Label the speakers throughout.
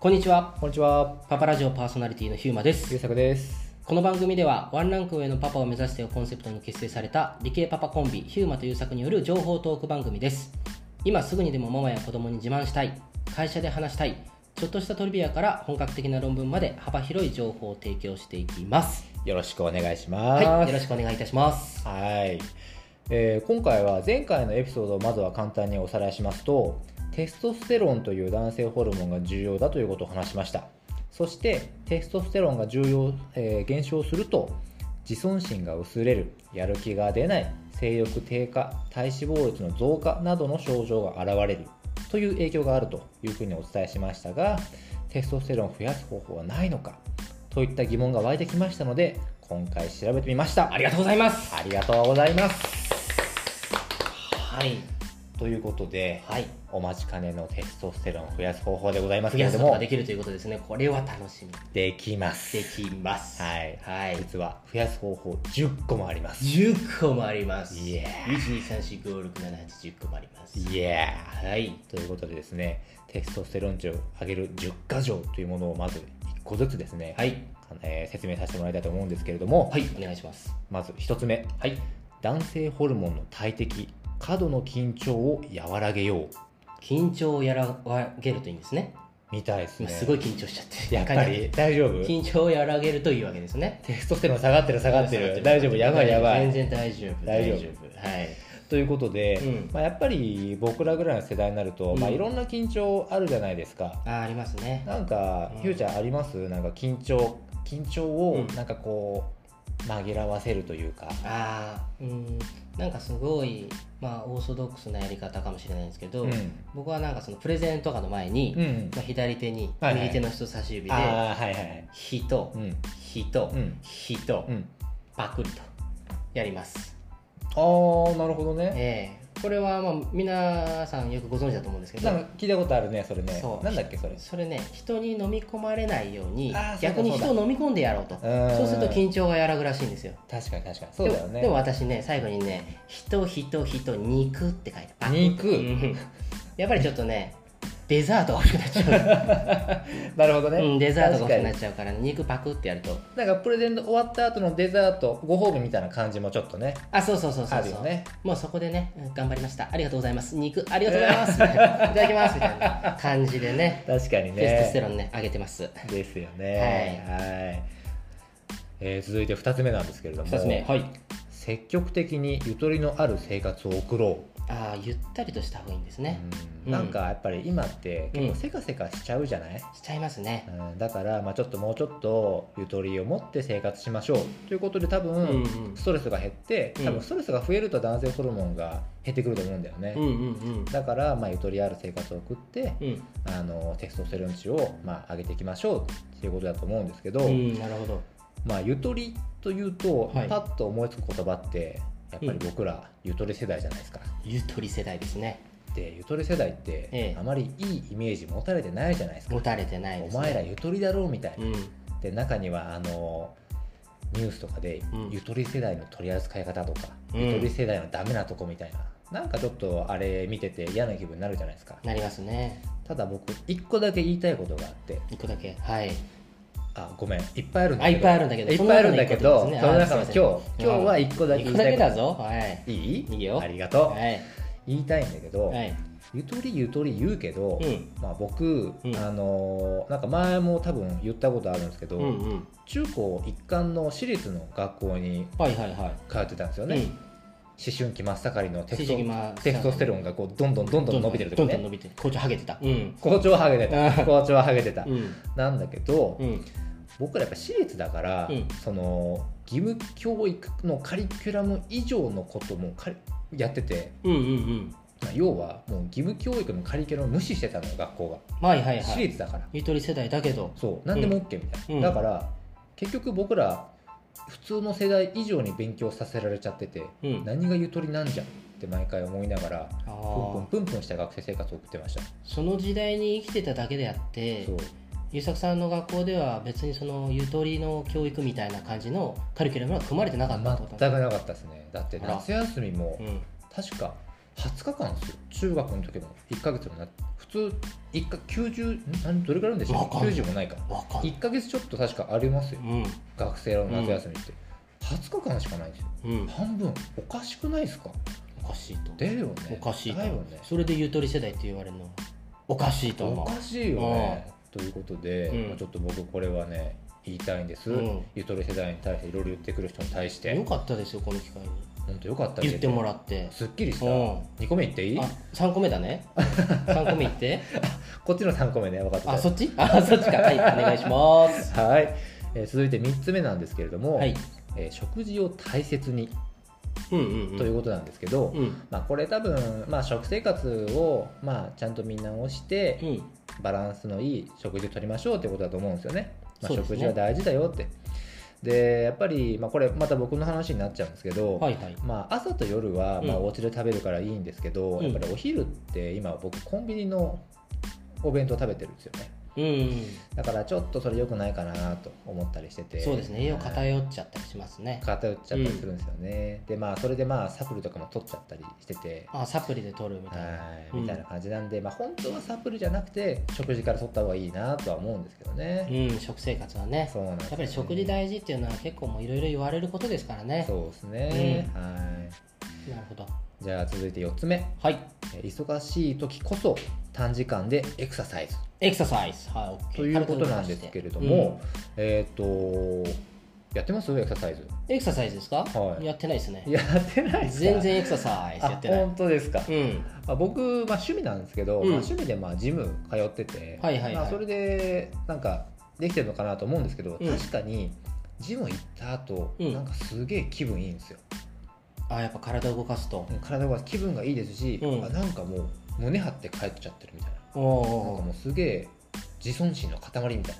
Speaker 1: こんにちは
Speaker 2: こんにちは、
Speaker 1: パパラジオパーソナリティのヒューマで
Speaker 2: ゆう
Speaker 1: す
Speaker 2: さくです。
Speaker 1: この番組ではワンランク上のパパを目指してをコンセプトに結成された理系パパコンビヒューマとユうサクによる情報トーク番組です今すぐにでもママや子供に自慢したい会社で話したいちょっとしたトリビアから本格的な論文まで幅広い情報を提供していきます
Speaker 2: よろしくお願いします。
Speaker 1: はいよろしくお願いいたします
Speaker 2: はい、えー今回は前回のエピソードをまずは簡単におさらいしますとテストステロンという男性ホルモンが重要だということを話しましたそしてテストステロンが重要、えー減少すると自尊心が薄れるやる気が出ない性欲低下体脂肪率の増加などの症状が現れるという影響があるというふうにお伝えしましたがテストステロンを増やす方法はないのかといった疑問が湧いてきましたので今回調べてみました
Speaker 1: ありがとうございます
Speaker 2: ありがとうございます。
Speaker 1: はい
Speaker 2: ということで、
Speaker 1: はい
Speaker 2: お待ちかねのテストステロンを増やす方法でございます
Speaker 1: 増
Speaker 2: け
Speaker 1: や
Speaker 2: れ
Speaker 1: す
Speaker 2: ど
Speaker 1: こと
Speaker 2: も、
Speaker 1: がで
Speaker 2: で
Speaker 1: きるということですねこれは楽しみ
Speaker 2: きます。
Speaker 1: できます
Speaker 2: はい。
Speaker 1: はい
Speaker 2: 実は増やす方法10個もあります。
Speaker 1: 10個もあります。
Speaker 2: いや
Speaker 1: 1、2、3、4、5、6、7、8、10個もあります。
Speaker 2: イエ
Speaker 1: はい。
Speaker 2: ーということでですね、テストステロン値を上げる10か条というものをまず1個ずつですね、
Speaker 1: はい。
Speaker 2: えー説明させてもらいたいと思うんですけれども、
Speaker 1: はい、お願いします。
Speaker 2: まず1つ目、
Speaker 1: はい。
Speaker 2: 男性ホルモンの大敵、過度の緊張を和らげよう。
Speaker 1: 緊張をやらわげるといいんですね。
Speaker 2: みたいですね
Speaker 1: 今。すごい緊張しちゃって。
Speaker 2: やっぱり大丈夫
Speaker 1: 緊張をやらげるといいわけですね。
Speaker 2: テストステロン下がってる下がってる。
Speaker 1: 下が
Speaker 2: 大丈夫、やばいやばい。
Speaker 1: 全然大丈夫。
Speaker 2: 大丈夫
Speaker 1: はい。
Speaker 2: ということで、
Speaker 1: うん
Speaker 2: まあ、やっぱり僕らぐらいの世代になると、
Speaker 1: うん
Speaker 2: まあ、いろんな緊張あるじゃないですか、
Speaker 1: あー、ありますね。
Speaker 2: なんか、
Speaker 1: うん
Speaker 2: ひゅーちゃんありますなんか緊張緊張を
Speaker 1: うん
Speaker 2: なんかこう紛らわせるというか、
Speaker 1: ああ、うん。なんかすごい、まあ、オーソドックスなやり方かもしれないんですけど、
Speaker 2: うん
Speaker 1: 僕はなんかそのプレゼンとかの前に、
Speaker 2: うん
Speaker 1: まあ、左手に
Speaker 2: はいはい
Speaker 1: 右手の人差し指で、
Speaker 2: ああはいはいはい
Speaker 1: 火と
Speaker 2: うん
Speaker 1: 火と
Speaker 2: うん
Speaker 1: 火と
Speaker 2: うん
Speaker 1: パクリとやります、
Speaker 2: ああなるほどね
Speaker 1: ええこれはまあ皆さんよくご存知だと思うんですけ
Speaker 2: なん
Speaker 1: ど
Speaker 2: か聞いたことあるねそれね
Speaker 1: そう
Speaker 2: なんだっけそれ
Speaker 1: それね人に飲み込まれないように
Speaker 2: あーそうだ
Speaker 1: 逆に人
Speaker 2: そう
Speaker 1: を飲み込んでやろうと
Speaker 2: ーん
Speaker 1: そうすると緊張が和らぐらしいんですよ
Speaker 2: 確かに確かにそうだよ
Speaker 1: でも
Speaker 2: ね
Speaker 1: でも私ね最後にね「人人人肉」って書いてパクッと
Speaker 2: 肉
Speaker 1: うんやっぱりちょっとねデザートが欲しくなっちゃ
Speaker 2: なるほどね、
Speaker 1: う、うん、デザートが欲しくなっ
Speaker 2: 確か
Speaker 1: ちゃうから肉パクってやると
Speaker 2: になんかプレゼント終わった後のデザートご褒美みたいな感じもちょっとね
Speaker 1: あそうそうそうそう
Speaker 2: あ
Speaker 1: そう
Speaker 2: るよね
Speaker 1: もうそこでねうん頑張りましたありがとうございます肉ありがとうございます いただきますみたいな感じでね
Speaker 2: 確かにね
Speaker 1: テストステロンね上げてます
Speaker 2: ですよね。はい。えー続いて2つ目なんですけれども、
Speaker 1: 2つ目はい
Speaker 2: 積極的にゆとりのある生活を送ろう。
Speaker 1: ああゆったりとした方がいいんですね、
Speaker 2: うんなんかやっぱり今って結構せかせかしちゃうじゃない、
Speaker 1: しちゃいますね
Speaker 2: うんだからまあちょっともうちょっとゆとりを持って生活しましょうということで多
Speaker 1: うんうん
Speaker 2: 分ストレスが減って
Speaker 1: うん
Speaker 2: 多分ストレスが増えると男性ホルモンが減ってくると思うんだよね、
Speaker 1: うんうん
Speaker 2: だからまあゆとりある生活を送って
Speaker 1: うんうん
Speaker 2: あのテストステロン値をまあ上げていきましょうっていうことだと思うんですけど、
Speaker 1: うんなるほど
Speaker 2: まあ、ゆとりというと、
Speaker 1: はい
Speaker 2: パッと思いつく言葉ってやっぱり僕らゆとり世代じゃないですか。
Speaker 1: ゆとり世代ですね
Speaker 2: でゆとり世代って、
Speaker 1: ええ
Speaker 2: あまりいいイメージ持たれてないじゃないですか。
Speaker 1: 持たれてないです、
Speaker 2: お
Speaker 1: ね、
Speaker 2: 前らゆとりだろうみたいな。
Speaker 1: うん
Speaker 2: で中にはあのニュースとかで、
Speaker 1: うん
Speaker 2: ゆとり世代の取り扱い方とか、
Speaker 1: うん
Speaker 2: ゆとり世代のダメなとこみたいな。なんかちょっとあれ見てて嫌な気分になるじゃないですか。
Speaker 1: なりますね
Speaker 2: ただ僕一個だけ言いたいことがあって、
Speaker 1: 一個だけはい
Speaker 2: あごめんいっぱいあるんだ
Speaker 1: あい
Speaker 2: けど。
Speaker 1: っぱいあるんだけど
Speaker 2: いっぱいあるんだけど、
Speaker 1: その
Speaker 2: そ
Speaker 1: 中
Speaker 2: の中
Speaker 1: の
Speaker 2: の
Speaker 1: 一
Speaker 2: 今
Speaker 1: 個
Speaker 2: 日
Speaker 1: ですねあすいません
Speaker 2: 今日は一個だけ
Speaker 1: 一
Speaker 2: 言
Speaker 1: 個だ
Speaker 2: いた
Speaker 1: け
Speaker 2: い
Speaker 1: だぞはい
Speaker 2: いい
Speaker 1: いいよ
Speaker 2: ありがとう、
Speaker 1: はい
Speaker 2: 言いたいんだけど、
Speaker 1: はい
Speaker 2: ゆとりゆとり言うけど、
Speaker 1: うん
Speaker 2: まあ、僕、
Speaker 1: うん
Speaker 2: あのーなんか前も多分言ったことあるんですけど、
Speaker 1: うんうん
Speaker 2: 中高一貫の私立の学校に
Speaker 1: はいはいは
Speaker 2: 通ってたんですよ
Speaker 1: い、
Speaker 2: ね、
Speaker 1: うん
Speaker 2: 思春期真っ盛りのテスト
Speaker 1: 思春期真っ盛り
Speaker 2: テストステロンがこうどんどんどんどん伸びてる
Speaker 1: ど
Speaker 2: 時
Speaker 1: んどん
Speaker 2: ね
Speaker 1: 伸びてる校長ハゲてたうん
Speaker 2: 校長はげてた
Speaker 1: あ
Speaker 2: 校長はげてた、
Speaker 1: うん
Speaker 2: なんだけど、
Speaker 1: うん
Speaker 2: 僕らやっぱ私立だから、
Speaker 1: うん
Speaker 2: その義務教育のカリキュラム以上のこともかりやってて
Speaker 1: うんうん
Speaker 2: まあ要はもう義務教育のカリキュラムを無視してたのよ学校
Speaker 1: うんはいはい
Speaker 2: が
Speaker 1: は
Speaker 2: 私
Speaker 1: い
Speaker 2: 立だから、
Speaker 1: ゆとり世代だけど
Speaker 2: そう何でも OK みたいな、
Speaker 1: うん
Speaker 2: だから結局僕ら普通の世代以上に勉強させられちゃってて、
Speaker 1: うん
Speaker 2: 何がゆとりなんじゃんって毎回思いながら
Speaker 1: あ
Speaker 2: プンプン
Speaker 1: ー
Speaker 2: プンプンした学生生活を送ってました、
Speaker 1: その時代に生きてただけであって
Speaker 2: そう
Speaker 1: 優作さんの学校では別にそのゆとりの教育みたいな感じのカリキュラムは組まれてなかったってこと
Speaker 2: 全くなかったですねだって
Speaker 1: あら
Speaker 2: 夏休みも
Speaker 1: うん
Speaker 2: 確か20日間ですよ中学の時も1ヶ月もな普通一か90ん何どれぐらいあるんでしょう
Speaker 1: わかんない
Speaker 2: 90もないか
Speaker 1: わかんない
Speaker 2: 1ヶ月ちょっと確かありますよ
Speaker 1: うん
Speaker 2: 学生の夏休みって、20日間しかないんですよ
Speaker 1: うん
Speaker 2: 半分おかしくないですか
Speaker 1: おかしいと
Speaker 2: だよね
Speaker 1: おかしいと
Speaker 2: だよ
Speaker 1: 思う、
Speaker 2: ね
Speaker 1: それでゆとり世代って言われるのはおかしいと
Speaker 2: お
Speaker 1: 思
Speaker 2: かしいよねということで、
Speaker 1: うん
Speaker 2: まあちょっと僕これはね言いたいんです、
Speaker 1: うん
Speaker 2: ゆとり世代に対していろいろ言ってくる人に対し
Speaker 1: うよ
Speaker 2: て
Speaker 1: かったですよこの機会に
Speaker 2: 本当よかった
Speaker 1: 言っても
Speaker 2: ら
Speaker 1: らって
Speaker 2: すっきりした
Speaker 1: うん
Speaker 2: 2個目言っていい
Speaker 1: あ3個目だ ね3個目いって
Speaker 2: こっちの3個目ね分かった
Speaker 1: あそっち あそっちかはいお願いします
Speaker 2: はい、えー続いて3つ目なんですけれども、
Speaker 1: はい
Speaker 2: えー食事を大切に
Speaker 1: うんうんうん
Speaker 2: ということなんですけど、
Speaker 1: うん
Speaker 2: まあ、これ多分、まあ、食生活を、まあ、ちゃんと見直して
Speaker 1: うん
Speaker 2: バランスのいい食事をとりましょうということだと思うんですよね。まあ、
Speaker 1: そうですね
Speaker 2: 食事は大事だよってでやっぱり、まあ、これまた僕の話になっちゃうんですけど、
Speaker 1: はいはい
Speaker 2: まあ、朝と夜は、
Speaker 1: うん
Speaker 2: まあ、お家で食べるからいいんですけど、
Speaker 1: うん
Speaker 2: やっぱりお昼って今僕コンビニのお弁当食べてるんですよね。
Speaker 1: うんうん
Speaker 2: だからちょっとそれ良くないかなと思ったりしてて
Speaker 1: そうですね栄養
Speaker 2: はい
Speaker 1: 偏っちゃったりしますね
Speaker 2: 偏っちゃったりするんですよね、でまあそれでまあサプリとかも取っちゃったりしてて
Speaker 1: あサプリで取るみたいな
Speaker 2: はい
Speaker 1: うん
Speaker 2: みたいな感じなんで、まあ本当はサプリじゃなくて食事から取った方がいいなとは思うんですけどね、
Speaker 1: うん食生活はね
Speaker 2: そうなんです
Speaker 1: や
Speaker 2: よ
Speaker 1: っぱり食事大事っていうのは結構もういろいろ言われることですからね
Speaker 2: そうですね、は
Speaker 1: なるほど
Speaker 2: いじゃあ続いて4つ目
Speaker 1: はい
Speaker 2: えー忙しい時こそ短時間でエクササイズ
Speaker 1: エクササイズはい
Speaker 2: と
Speaker 1: OK
Speaker 2: いうことなんですけれども、えっ、とやってますエクササイズ
Speaker 1: エクササイズですか、
Speaker 2: はい
Speaker 1: やってないですね
Speaker 2: やってないですか
Speaker 1: 全然エクササイズやってな
Speaker 2: あ
Speaker 1: い
Speaker 2: 本当ですか
Speaker 1: うん
Speaker 2: まあ、僕、まあ、趣味なんですけ
Speaker 1: うん
Speaker 2: ど、まあ、趣味でまあジム通ってて、
Speaker 1: はいはいはい
Speaker 2: まあ、それでなんかできてるのかなと思うんですけど、
Speaker 1: うん
Speaker 2: 確かにジム行った後、
Speaker 1: うん
Speaker 2: なんかすげえ気分いいんですよ
Speaker 1: あやっぱ体を動かすと
Speaker 2: 体が気分がいいですし、
Speaker 1: うん
Speaker 2: あなんかもう胸張って帰っちゃってるみたいな
Speaker 1: お
Speaker 2: なんか
Speaker 1: お
Speaker 2: もうすげえ自尊心の塊みたい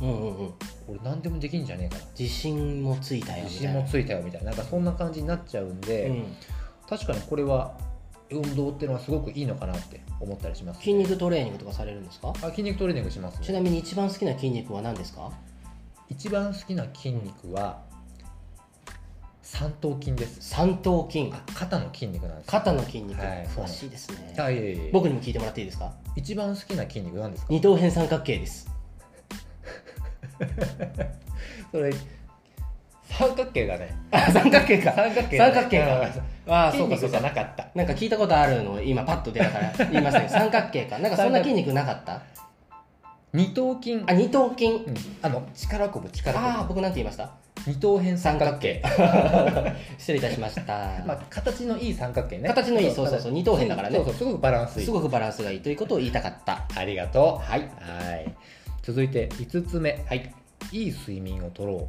Speaker 2: な
Speaker 1: ーうんうんうん
Speaker 2: 俺何でもできんじゃねえかな
Speaker 1: 自信もついたよみた
Speaker 2: 自信
Speaker 1: いな
Speaker 2: もついたよみたいななんかそんな感じになっちゃうんで、
Speaker 1: うん、
Speaker 2: 確かにこれは運動っていうのはすごくいいのかなって思ったりしますね、
Speaker 1: 筋肉トレーニングとかされるんですか
Speaker 2: あ筋肉トレーニングしますね、
Speaker 1: ちなみに一番好きな筋肉は何ですか
Speaker 2: 一番好きな筋肉は三頭筋です
Speaker 1: 三頭筋
Speaker 2: あ肩の筋肉なんです
Speaker 1: 肩の筋肉、
Speaker 2: はい
Speaker 1: 詳しいですね、
Speaker 2: あいえいえ
Speaker 1: 僕にも聞いてもらっていいですか
Speaker 2: 一番好きな筋肉なんですか
Speaker 1: 二等辺三角形です
Speaker 2: それ三角形だね
Speaker 1: あ三角形
Speaker 2: 三角形だ
Speaker 1: 三
Speaker 2: ね
Speaker 1: 角形か ああ
Speaker 2: 筋
Speaker 1: そうかそ
Speaker 2: 肉
Speaker 1: う
Speaker 2: じ
Speaker 1: か
Speaker 2: ゃなかった
Speaker 1: なんか聞いたことあるの今パッと出たから言いました けど三角形かなんかそんな筋肉なかった
Speaker 2: 二頭筋
Speaker 1: あ二頭筋
Speaker 2: うんあの力こぶ力
Speaker 1: ああ
Speaker 2: こ
Speaker 1: 僕なんて言いました
Speaker 2: ぶ二頭辺三角形
Speaker 1: 失礼いたしました、
Speaker 2: まあ形のいい三角形ね
Speaker 1: 形のいいそうそうそう二等辺だからね
Speaker 2: そうそうすごくバランスいい
Speaker 1: すごくバランスがいいということを言いたかった
Speaker 2: ありがとう
Speaker 1: はい
Speaker 2: はい続いて五つ目
Speaker 1: はい
Speaker 2: いい睡眠をとろう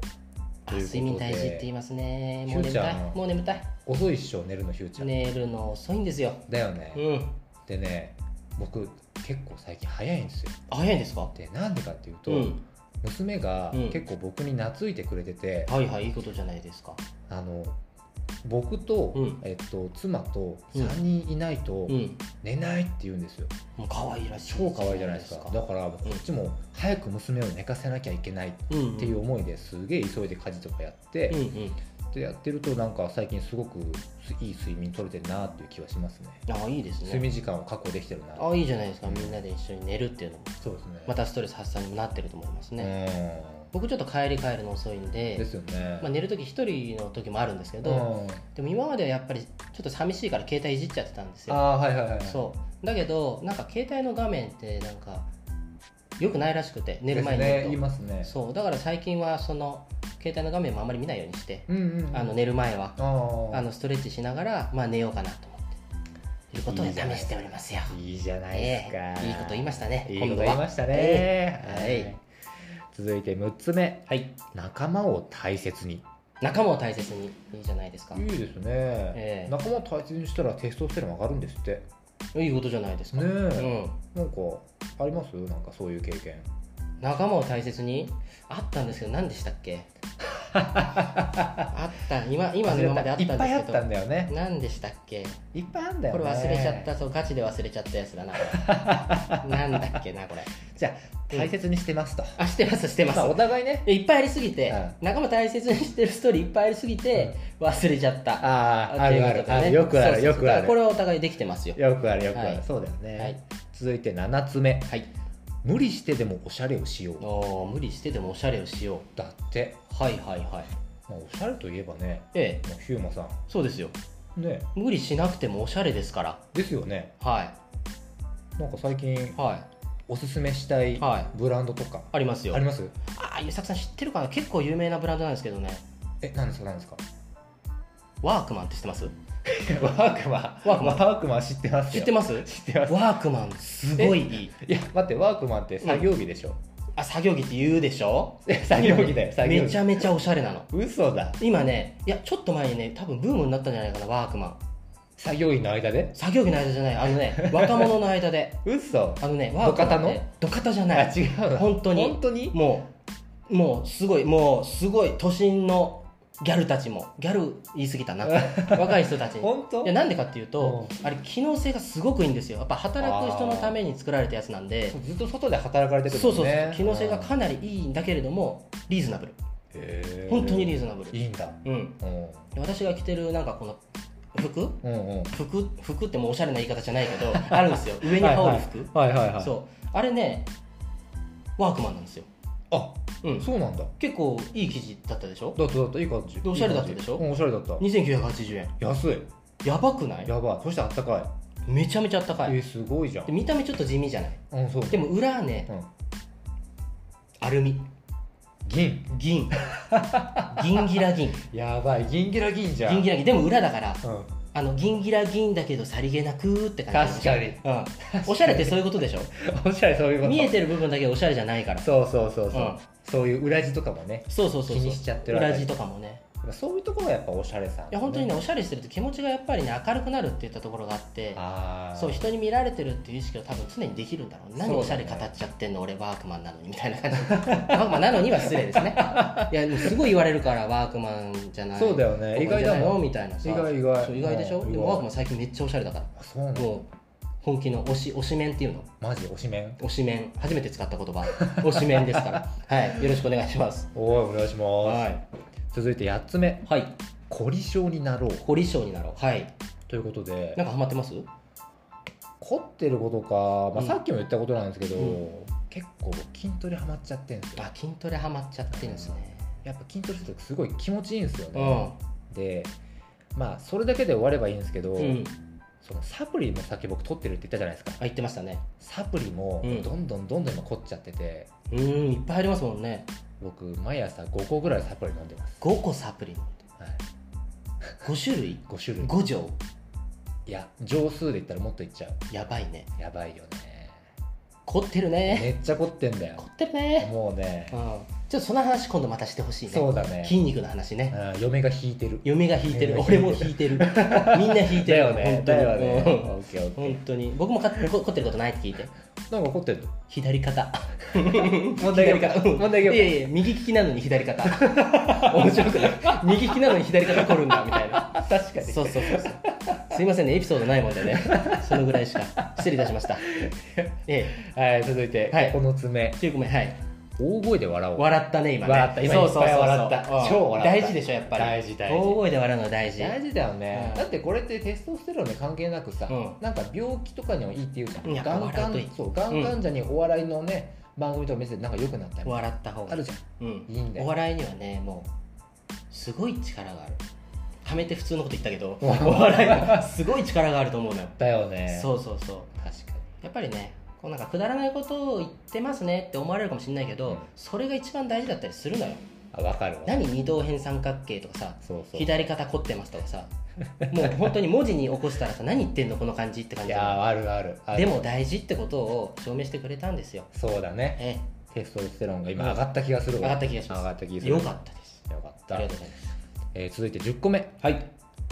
Speaker 1: あ
Speaker 2: ということで
Speaker 1: 睡眠大事って言いますねもう
Speaker 2: ひゅ
Speaker 1: 眠
Speaker 2: ーち
Speaker 1: た
Speaker 2: ゃ
Speaker 1: い
Speaker 2: ん
Speaker 1: もう眠たい
Speaker 2: 遅いっしょ寝るのひゅーちゃん、
Speaker 1: 寝るの遅いんですよ
Speaker 2: だよね、
Speaker 1: うん
Speaker 2: でね僕結構最近早いんですよ
Speaker 1: あ早いんですか
Speaker 2: でなんでかっていうと、
Speaker 1: うん
Speaker 2: 娘が
Speaker 1: うん
Speaker 2: 結構僕に懐いてくれてて、
Speaker 1: はいはいいいことじゃないですか
Speaker 2: あの僕と、
Speaker 1: うん
Speaker 2: えっと、妻と
Speaker 1: うん
Speaker 2: 3人いないと
Speaker 1: うん
Speaker 2: 寝ないって言うんですよ、
Speaker 1: もう可愛いらしい
Speaker 2: 超可愛いじゃないですかだからこっちも早く娘を寝かせなきゃいけないっ
Speaker 1: うんうん
Speaker 2: ていう思いですげえ急いで家事とかやって、
Speaker 1: うんうん
Speaker 2: でやってるとなんか最近すごくいい睡眠取れてるなっていう気はしますね
Speaker 1: ああいいです
Speaker 2: 睡
Speaker 1: ね
Speaker 2: 眠時間を確保できてるな
Speaker 1: ああいいじゃないですかみんなで一緒に寝るっていうのも
Speaker 2: そうですね
Speaker 1: またストレス発散にもなってると思いますね、
Speaker 2: ね
Speaker 1: 僕ちょっと帰り帰るの遅いんで
Speaker 2: ですよね、
Speaker 1: まあ、寝る時一人の時もあるんですけど、
Speaker 2: うん
Speaker 1: でも今まではやっぱりちょっと寂しいから携帯いじっちゃってたんですよ
Speaker 2: ああーはいはいはい
Speaker 1: そうだけどなんか携帯の画面ってなんか良くないらしくて寝る前に
Speaker 2: ですね
Speaker 1: 寝
Speaker 2: 言い
Speaker 1: ると
Speaker 2: ますね
Speaker 1: そうだから最近はその携帯の画面もあんまり見ないようにして、
Speaker 2: うんうんうん
Speaker 1: あの寝る前は
Speaker 2: あー
Speaker 1: あのストレッチしながら、まあ、寝ようかなと思っていうことを
Speaker 2: いい
Speaker 1: 試
Speaker 2: じゃない
Speaker 1: しておりますよ
Speaker 2: いいじゃないで
Speaker 1: え
Speaker 2: すか、
Speaker 1: えいいこと言いましたね
Speaker 2: いいこと言いましたね、
Speaker 1: ええはい
Speaker 2: 続いて6つ目
Speaker 1: はい
Speaker 2: 仲間を大切に
Speaker 1: 仲間を大切にいいじゃないですか
Speaker 2: いいですね、
Speaker 1: ええ
Speaker 2: 仲間を大切にしたらテストステロン上がるんですって
Speaker 1: いいことじゃないですか、
Speaker 2: ねえ
Speaker 1: うん
Speaker 2: なんかありますなんかそういう経験
Speaker 1: 仲間を大切にあったんですけど何でしたっけあった今今の今まであった
Speaker 2: い
Speaker 1: ん
Speaker 2: っ
Speaker 1: です
Speaker 2: ぱいあっ
Speaker 1: け
Speaker 2: た
Speaker 1: ど
Speaker 2: んだよね
Speaker 1: 何でしたっけ
Speaker 2: いっぱいあんだよ
Speaker 1: これ
Speaker 2: ね
Speaker 1: 忘れちゃったそうガチで忘れちゃったやつだな なんだっけなこれ
Speaker 2: じゃあ大切にしてますと、
Speaker 1: あしてますしてます
Speaker 2: まあお互いね
Speaker 1: いっぱいありすぎて、
Speaker 2: う
Speaker 1: 仲間大切にしてるストーリーいっぱいありすぎて、忘れちゃった
Speaker 2: あああるある
Speaker 1: っ
Speaker 2: あ
Speaker 1: てい
Speaker 2: る
Speaker 1: う
Speaker 2: よ
Speaker 1: ことで
Speaker 2: くある
Speaker 1: そう
Speaker 2: よ
Speaker 1: そうそう
Speaker 2: くあ
Speaker 1: だからこれ
Speaker 2: る
Speaker 1: はお互いできてますよ
Speaker 2: よくあるよくある、
Speaker 1: はい
Speaker 2: そうだよね、
Speaker 1: はい
Speaker 2: 続いて7つ目
Speaker 1: はい
Speaker 2: 無理してでもおしゃれをしよう
Speaker 1: おー無理してでもおしゃれをしよ
Speaker 2: だって、
Speaker 1: うはいはいはい
Speaker 2: まあ、おしゃれといえばね
Speaker 1: ええ
Speaker 2: もうヒューマさ
Speaker 1: そうですよ
Speaker 2: んね
Speaker 1: 無理しなくてもおしゃれですから
Speaker 2: ですよね
Speaker 1: は
Speaker 2: なんか最近
Speaker 1: いはい
Speaker 2: おすすめしたい
Speaker 1: はい
Speaker 2: ブランドとか
Speaker 1: ありますよ
Speaker 2: あります
Speaker 1: ああゆさくさん知ってるかな結構有名なブランドなんですけどね
Speaker 2: え何ですか何ですか
Speaker 1: ワークマンって知ってます
Speaker 2: ワークマン
Speaker 1: ワークマン
Speaker 2: ワークマン知ってます
Speaker 1: 知
Speaker 2: よ
Speaker 1: ってます
Speaker 2: 知ってます
Speaker 1: ワークマンすごいいい
Speaker 2: いや待ってワークマンって作業着でしょ、
Speaker 1: あ作業着って言うでしょ
Speaker 2: え作業着だ よ作業着
Speaker 1: めちゃめちゃおしゃれなの
Speaker 2: 嘘だ
Speaker 1: 今ねいやちょっと前にね多分ブームになったんじゃないかなワークマン
Speaker 2: 作業員の間で
Speaker 1: 作業着の間じゃないあの ね若者の間で
Speaker 2: 嘘
Speaker 1: あのねワークマンねドカタじゃ
Speaker 2: あ
Speaker 1: ない
Speaker 2: 違うわ
Speaker 1: 本当に
Speaker 2: 本当に
Speaker 1: もうもうすごいもうすごい都心のギャルたちもギャル言い過ぎ たな若い人たちに
Speaker 2: 本当
Speaker 1: いやなんでかっていうとあれ機能性がすごくいいんですよやっぱ働く人のために作られたやつなんで
Speaker 2: ずっと外で働かれてるもんね
Speaker 1: そうそうそう機能性が
Speaker 2: うん
Speaker 1: かなりいいんだけれどもリーズナブル
Speaker 2: へー
Speaker 1: 本当にリーズナブル
Speaker 2: いいんだ
Speaker 1: うん
Speaker 2: うん
Speaker 1: で私が着てるなんかこの服
Speaker 2: うんうん
Speaker 1: 服服ってもうおしゃれな言い方じゃないけ どあるんですよ上に羽織る服、
Speaker 2: はいはいはい
Speaker 1: そうあれねワークマンなんですよ、
Speaker 2: あ
Speaker 1: うん、
Speaker 2: そうなんだ
Speaker 1: 結構いい生地だったでしょ
Speaker 2: だっただったいい感じ
Speaker 1: でおしゃれだったでしょ
Speaker 2: いい感じうんおしゃれだった
Speaker 1: 2980円
Speaker 2: 安い
Speaker 1: やばくない
Speaker 2: やばいそしてあったかい
Speaker 1: めちゃめちゃあったかい
Speaker 2: えーすごいじゃん
Speaker 1: で見た目ちょっと地味じゃない
Speaker 2: うんそう
Speaker 1: でも裏はね
Speaker 2: うん
Speaker 1: アルミ
Speaker 2: 銀
Speaker 1: 銀 銀ギラ銀
Speaker 2: やばい銀ギラ銀じゃん
Speaker 1: 銀ギラ銀でも裏だから
Speaker 2: うん
Speaker 1: あの銀ギラ銀だけどさりげなくって感じ
Speaker 2: 確かに
Speaker 1: うん、おしゃれってそういうことでしょ
Speaker 2: おしゃれそういうこと
Speaker 1: 見えてる部分だけおしゃれじゃないから
Speaker 2: そうそうそうそう、
Speaker 1: うん
Speaker 2: そういう裏地とかもね
Speaker 1: そうそうそうそう
Speaker 2: 気にしちゃってる
Speaker 1: 裏地とかもね
Speaker 2: そういうところがやっぱおしゃれさん、
Speaker 1: いや本当にねおしゃれしてると気持ちがやっぱりね明るくなるっていったところがあって
Speaker 2: ああ
Speaker 1: そう人に見られてるっていう意識を多分常にできるんだろう
Speaker 2: そうだね
Speaker 1: 何おしゃれ語っちゃってんの俺ワークマンなのにみたいな感じ ワークマンなのには失礼ですねいやでもすごい言われるからワークマンじゃない
Speaker 2: そうだよね
Speaker 1: 意
Speaker 2: 意
Speaker 1: 外
Speaker 2: 外
Speaker 1: だ
Speaker 2: だも
Speaker 1: よ
Speaker 2: ん
Speaker 1: みたいなさ
Speaker 2: 意外意外
Speaker 1: そう意外でしょ
Speaker 2: うん
Speaker 1: で
Speaker 2: 意
Speaker 1: も
Speaker 2: 外
Speaker 1: ワークマン最近めっちゃおしゃれだか
Speaker 2: あそうな
Speaker 1: ら
Speaker 2: の
Speaker 1: もう本気の推し推し面っていうの
Speaker 2: マジ推しメン
Speaker 1: 推し面初めて使った言 葉推し面ですからはいよろしくお願いします
Speaker 2: おいお願いします、
Speaker 1: い
Speaker 2: 続いて8つ目
Speaker 1: はい
Speaker 2: 凝り性になろう
Speaker 1: 凝り性になろうはい
Speaker 2: ということで
Speaker 1: なんかハマってます
Speaker 2: 凝ってることか、まあ、
Speaker 1: うん
Speaker 2: さっきも言ったことなんですけど、
Speaker 1: う
Speaker 2: 結構筋トレハマっちゃってんですよ
Speaker 1: あ筋トレハマっちゃってるんですね
Speaker 2: やっぱ筋トレするとすごい気持ちいいんですよ
Speaker 1: う
Speaker 2: ね、
Speaker 1: ん
Speaker 2: でまあそれだけで終わればいいんですけど、
Speaker 1: うん
Speaker 2: そのサプリもさっき僕取ってるって言ったじゃないですか
Speaker 1: あ言ってましたね
Speaker 2: サプリも
Speaker 1: うん
Speaker 2: どんどんどんどん今凝っちゃってて、
Speaker 1: うーんいっぱいありますもんね
Speaker 2: 僕毎朝5個ぐらいサプリ飲んでます、
Speaker 1: 5個サプリ
Speaker 2: はい、
Speaker 1: 5種類
Speaker 2: 5種類
Speaker 1: 5錠
Speaker 2: いや錠数で言ったらもっといっちゃう
Speaker 1: やばいね
Speaker 2: やばいよね
Speaker 1: 凝ってるね
Speaker 2: めっちゃ凝ってんだ
Speaker 1: 凝
Speaker 2: よ
Speaker 1: ってるね
Speaker 2: も う
Speaker 1: う
Speaker 2: ね
Speaker 1: んちょっとその話今度またしてほしいね
Speaker 2: そうだね
Speaker 1: 筋肉の話ね
Speaker 2: うん嫁が引いてる
Speaker 1: 嫁が引いてる
Speaker 2: 嫁が
Speaker 1: 俺も
Speaker 2: 引いて
Speaker 1: 引いてる みんな引いてる
Speaker 2: だよね
Speaker 1: 本当に
Speaker 2: だよね
Speaker 1: う
Speaker 2: オッケーオッ
Speaker 1: ん
Speaker 2: ケ
Speaker 1: 本当に僕もかこ凝ってることないって聞いて
Speaker 2: ーなんか凝ってる
Speaker 1: 左肩
Speaker 2: 問題が
Speaker 1: うん
Speaker 2: 問題が
Speaker 1: いやいや右利きなのに左 肩面白くない右利きなのに左肩凝るんだみたい な
Speaker 2: 確かに
Speaker 1: そうそうそうそうすいませんねエピソードないもんでねそのぐらいしか失礼いたしました え
Speaker 2: はい続いて、
Speaker 1: はい
Speaker 2: この爪
Speaker 1: え9個目はい
Speaker 2: 大声で笑おう
Speaker 1: 笑ったね今ね
Speaker 2: 笑った今
Speaker 1: そうそうそう
Speaker 2: いっぱい笑った
Speaker 1: うん
Speaker 2: 超笑った
Speaker 1: 大事でしょやっぱり
Speaker 2: 大事大事
Speaker 1: 大声で笑うのは大事
Speaker 2: 大事だよね、
Speaker 1: うん
Speaker 2: だってこれってテストステロンに関係なくさ、
Speaker 1: うん
Speaker 2: なんか病気とかにもいいっていうじ
Speaker 1: うんやっ
Speaker 2: ゃ
Speaker 1: ぱ
Speaker 2: んがん
Speaker 1: 笑
Speaker 2: か
Speaker 1: うといい
Speaker 2: んそうがん患者にお笑いのね、番組とか見せてなんか良くなったり
Speaker 1: 笑った方が
Speaker 2: あるじゃん
Speaker 1: うん
Speaker 2: いいんだよ
Speaker 1: お笑いにはねもうすごい力があるはめて普通のこと言ったけど
Speaker 2: う
Speaker 1: お
Speaker 2: ん
Speaker 1: 笑いはすごい力があると思うのよ
Speaker 2: だよね
Speaker 1: そうそうそう
Speaker 2: 確か
Speaker 1: やっぱりねこうなんかくだらないことを言ってますねって思われるかもしれないけど、
Speaker 2: うん
Speaker 1: それが一番大事だったりするのよ
Speaker 2: にあ分かるわ
Speaker 1: 何二等辺三角形とかさ
Speaker 2: そうそう
Speaker 1: 左肩凝ってますとかさもう本当に文字に起こしたらさ何言ってんのこの感じって感
Speaker 2: い
Speaker 1: じ
Speaker 2: やーあるあるある
Speaker 1: でも大事ってことを証明してくれたんですよ
Speaker 2: そうだね
Speaker 1: え
Speaker 2: テストステロンが今上がった気がす
Speaker 1: え
Speaker 2: る
Speaker 1: 上
Speaker 2: わ
Speaker 1: がった気がします
Speaker 2: 上がった気がする
Speaker 1: よかったです
Speaker 2: よかっ
Speaker 1: あ
Speaker 2: た
Speaker 1: りがとうございます
Speaker 2: えー続いて10個目
Speaker 1: はい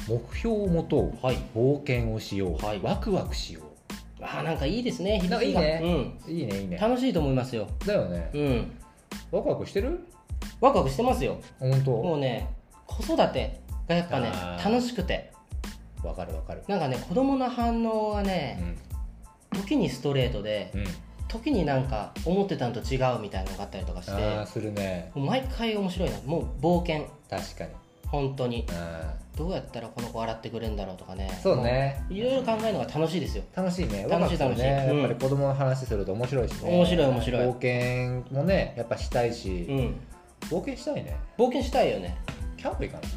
Speaker 2: 目標を持とう
Speaker 1: はい
Speaker 2: 冒険をしよう、
Speaker 1: はい
Speaker 2: ワクワクしよ
Speaker 1: あーなんかいいですね響きが
Speaker 2: なんかいいね
Speaker 1: うん、
Speaker 2: ういいねいいね
Speaker 1: 楽しいと思いますよ
Speaker 2: だよね
Speaker 1: うん
Speaker 2: ワクワクしてる
Speaker 1: ワクワクしてますよ
Speaker 2: 本
Speaker 1: も
Speaker 2: 当
Speaker 1: うね子育てがやっぱね
Speaker 2: あー
Speaker 1: 楽しくて
Speaker 2: わかるわかる
Speaker 1: なんかね子供の反応が
Speaker 2: う
Speaker 1: ね
Speaker 2: ん
Speaker 1: 時にストレートで
Speaker 2: うん
Speaker 1: 時になんか思ってたんと違うみたいなのがあったりとかして
Speaker 2: ああするね
Speaker 1: もう毎回面白いなもう冒険
Speaker 2: 確かに
Speaker 1: 本当に
Speaker 2: う
Speaker 1: どうやったらこの子洗ってくれるんだろうとかね
Speaker 2: んそうね
Speaker 1: もういろいろ考えるのが楽しいですよ
Speaker 2: 楽しいね
Speaker 1: 楽しい
Speaker 2: 若くてね
Speaker 1: 楽しいうん
Speaker 2: やっぱり子供の話すると面白いしね
Speaker 1: 面白い面白い
Speaker 2: 冒険もねやっぱしたいし、
Speaker 1: うん
Speaker 2: 冒険したいね
Speaker 1: 冒険したいよね
Speaker 2: キャンプ行かない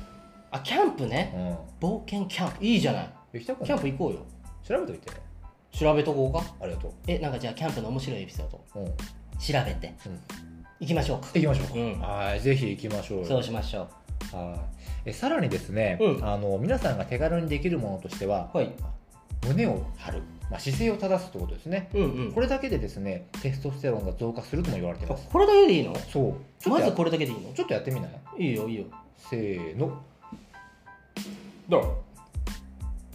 Speaker 1: あキャンプね
Speaker 2: うん
Speaker 1: 冒険キャンプいいじゃない
Speaker 2: 行きた
Speaker 1: キ
Speaker 2: く
Speaker 1: ャ
Speaker 2: ない
Speaker 1: ンプ行こうよ
Speaker 2: 調べといて
Speaker 1: 調べとこうか
Speaker 2: ありがと
Speaker 1: えなんかじゃあキャンプの面白いエピソード
Speaker 2: う、うんうん、
Speaker 1: 調べていきましょうか
Speaker 2: 行きましょうか、
Speaker 1: うん
Speaker 2: はいぜひ行きましょうよ
Speaker 1: そうしましょう
Speaker 2: はいえさらにですね、
Speaker 1: うん
Speaker 2: あの皆さんが手軽にできるものとしては
Speaker 1: はい
Speaker 2: 胸を張る、まあ、姿勢を正すってことですね
Speaker 1: うんうん
Speaker 2: これだけでですねテストステロンが増加するとも言われてい
Speaker 1: あ
Speaker 2: ます
Speaker 1: これだけでいいの
Speaker 2: そうちょっ
Speaker 1: ま
Speaker 2: とや
Speaker 1: ずこれだけでいいの
Speaker 2: ちょっとやってみない
Speaker 1: いいよいいよ
Speaker 2: せーのど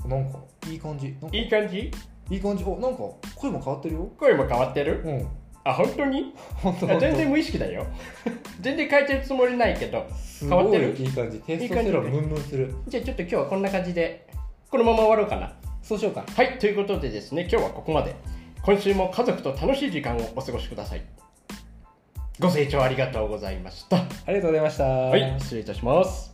Speaker 2: うなんかいい感じなんかい
Speaker 1: 感じ
Speaker 2: い感じおなんか声も変わってるよ
Speaker 1: 声も変わってる
Speaker 2: うん
Speaker 1: あ本当 に
Speaker 2: 本当
Speaker 1: 無意識だ よ全然変えてるつもりないけど
Speaker 2: す
Speaker 1: 変わっ
Speaker 2: ご
Speaker 1: て
Speaker 2: い
Speaker 1: る
Speaker 2: いい感じテストステロン
Speaker 1: いい
Speaker 2: ムンムンする
Speaker 1: じゃあちょっと今日はこんな感じでこのまま終わろうかな
Speaker 2: そうしようか
Speaker 1: はいということでですね今日はここまで今週も家族と楽しい時間をお過ごしくださいご清聴ありがとうございました
Speaker 2: ありがとうございました
Speaker 1: はい失礼いたします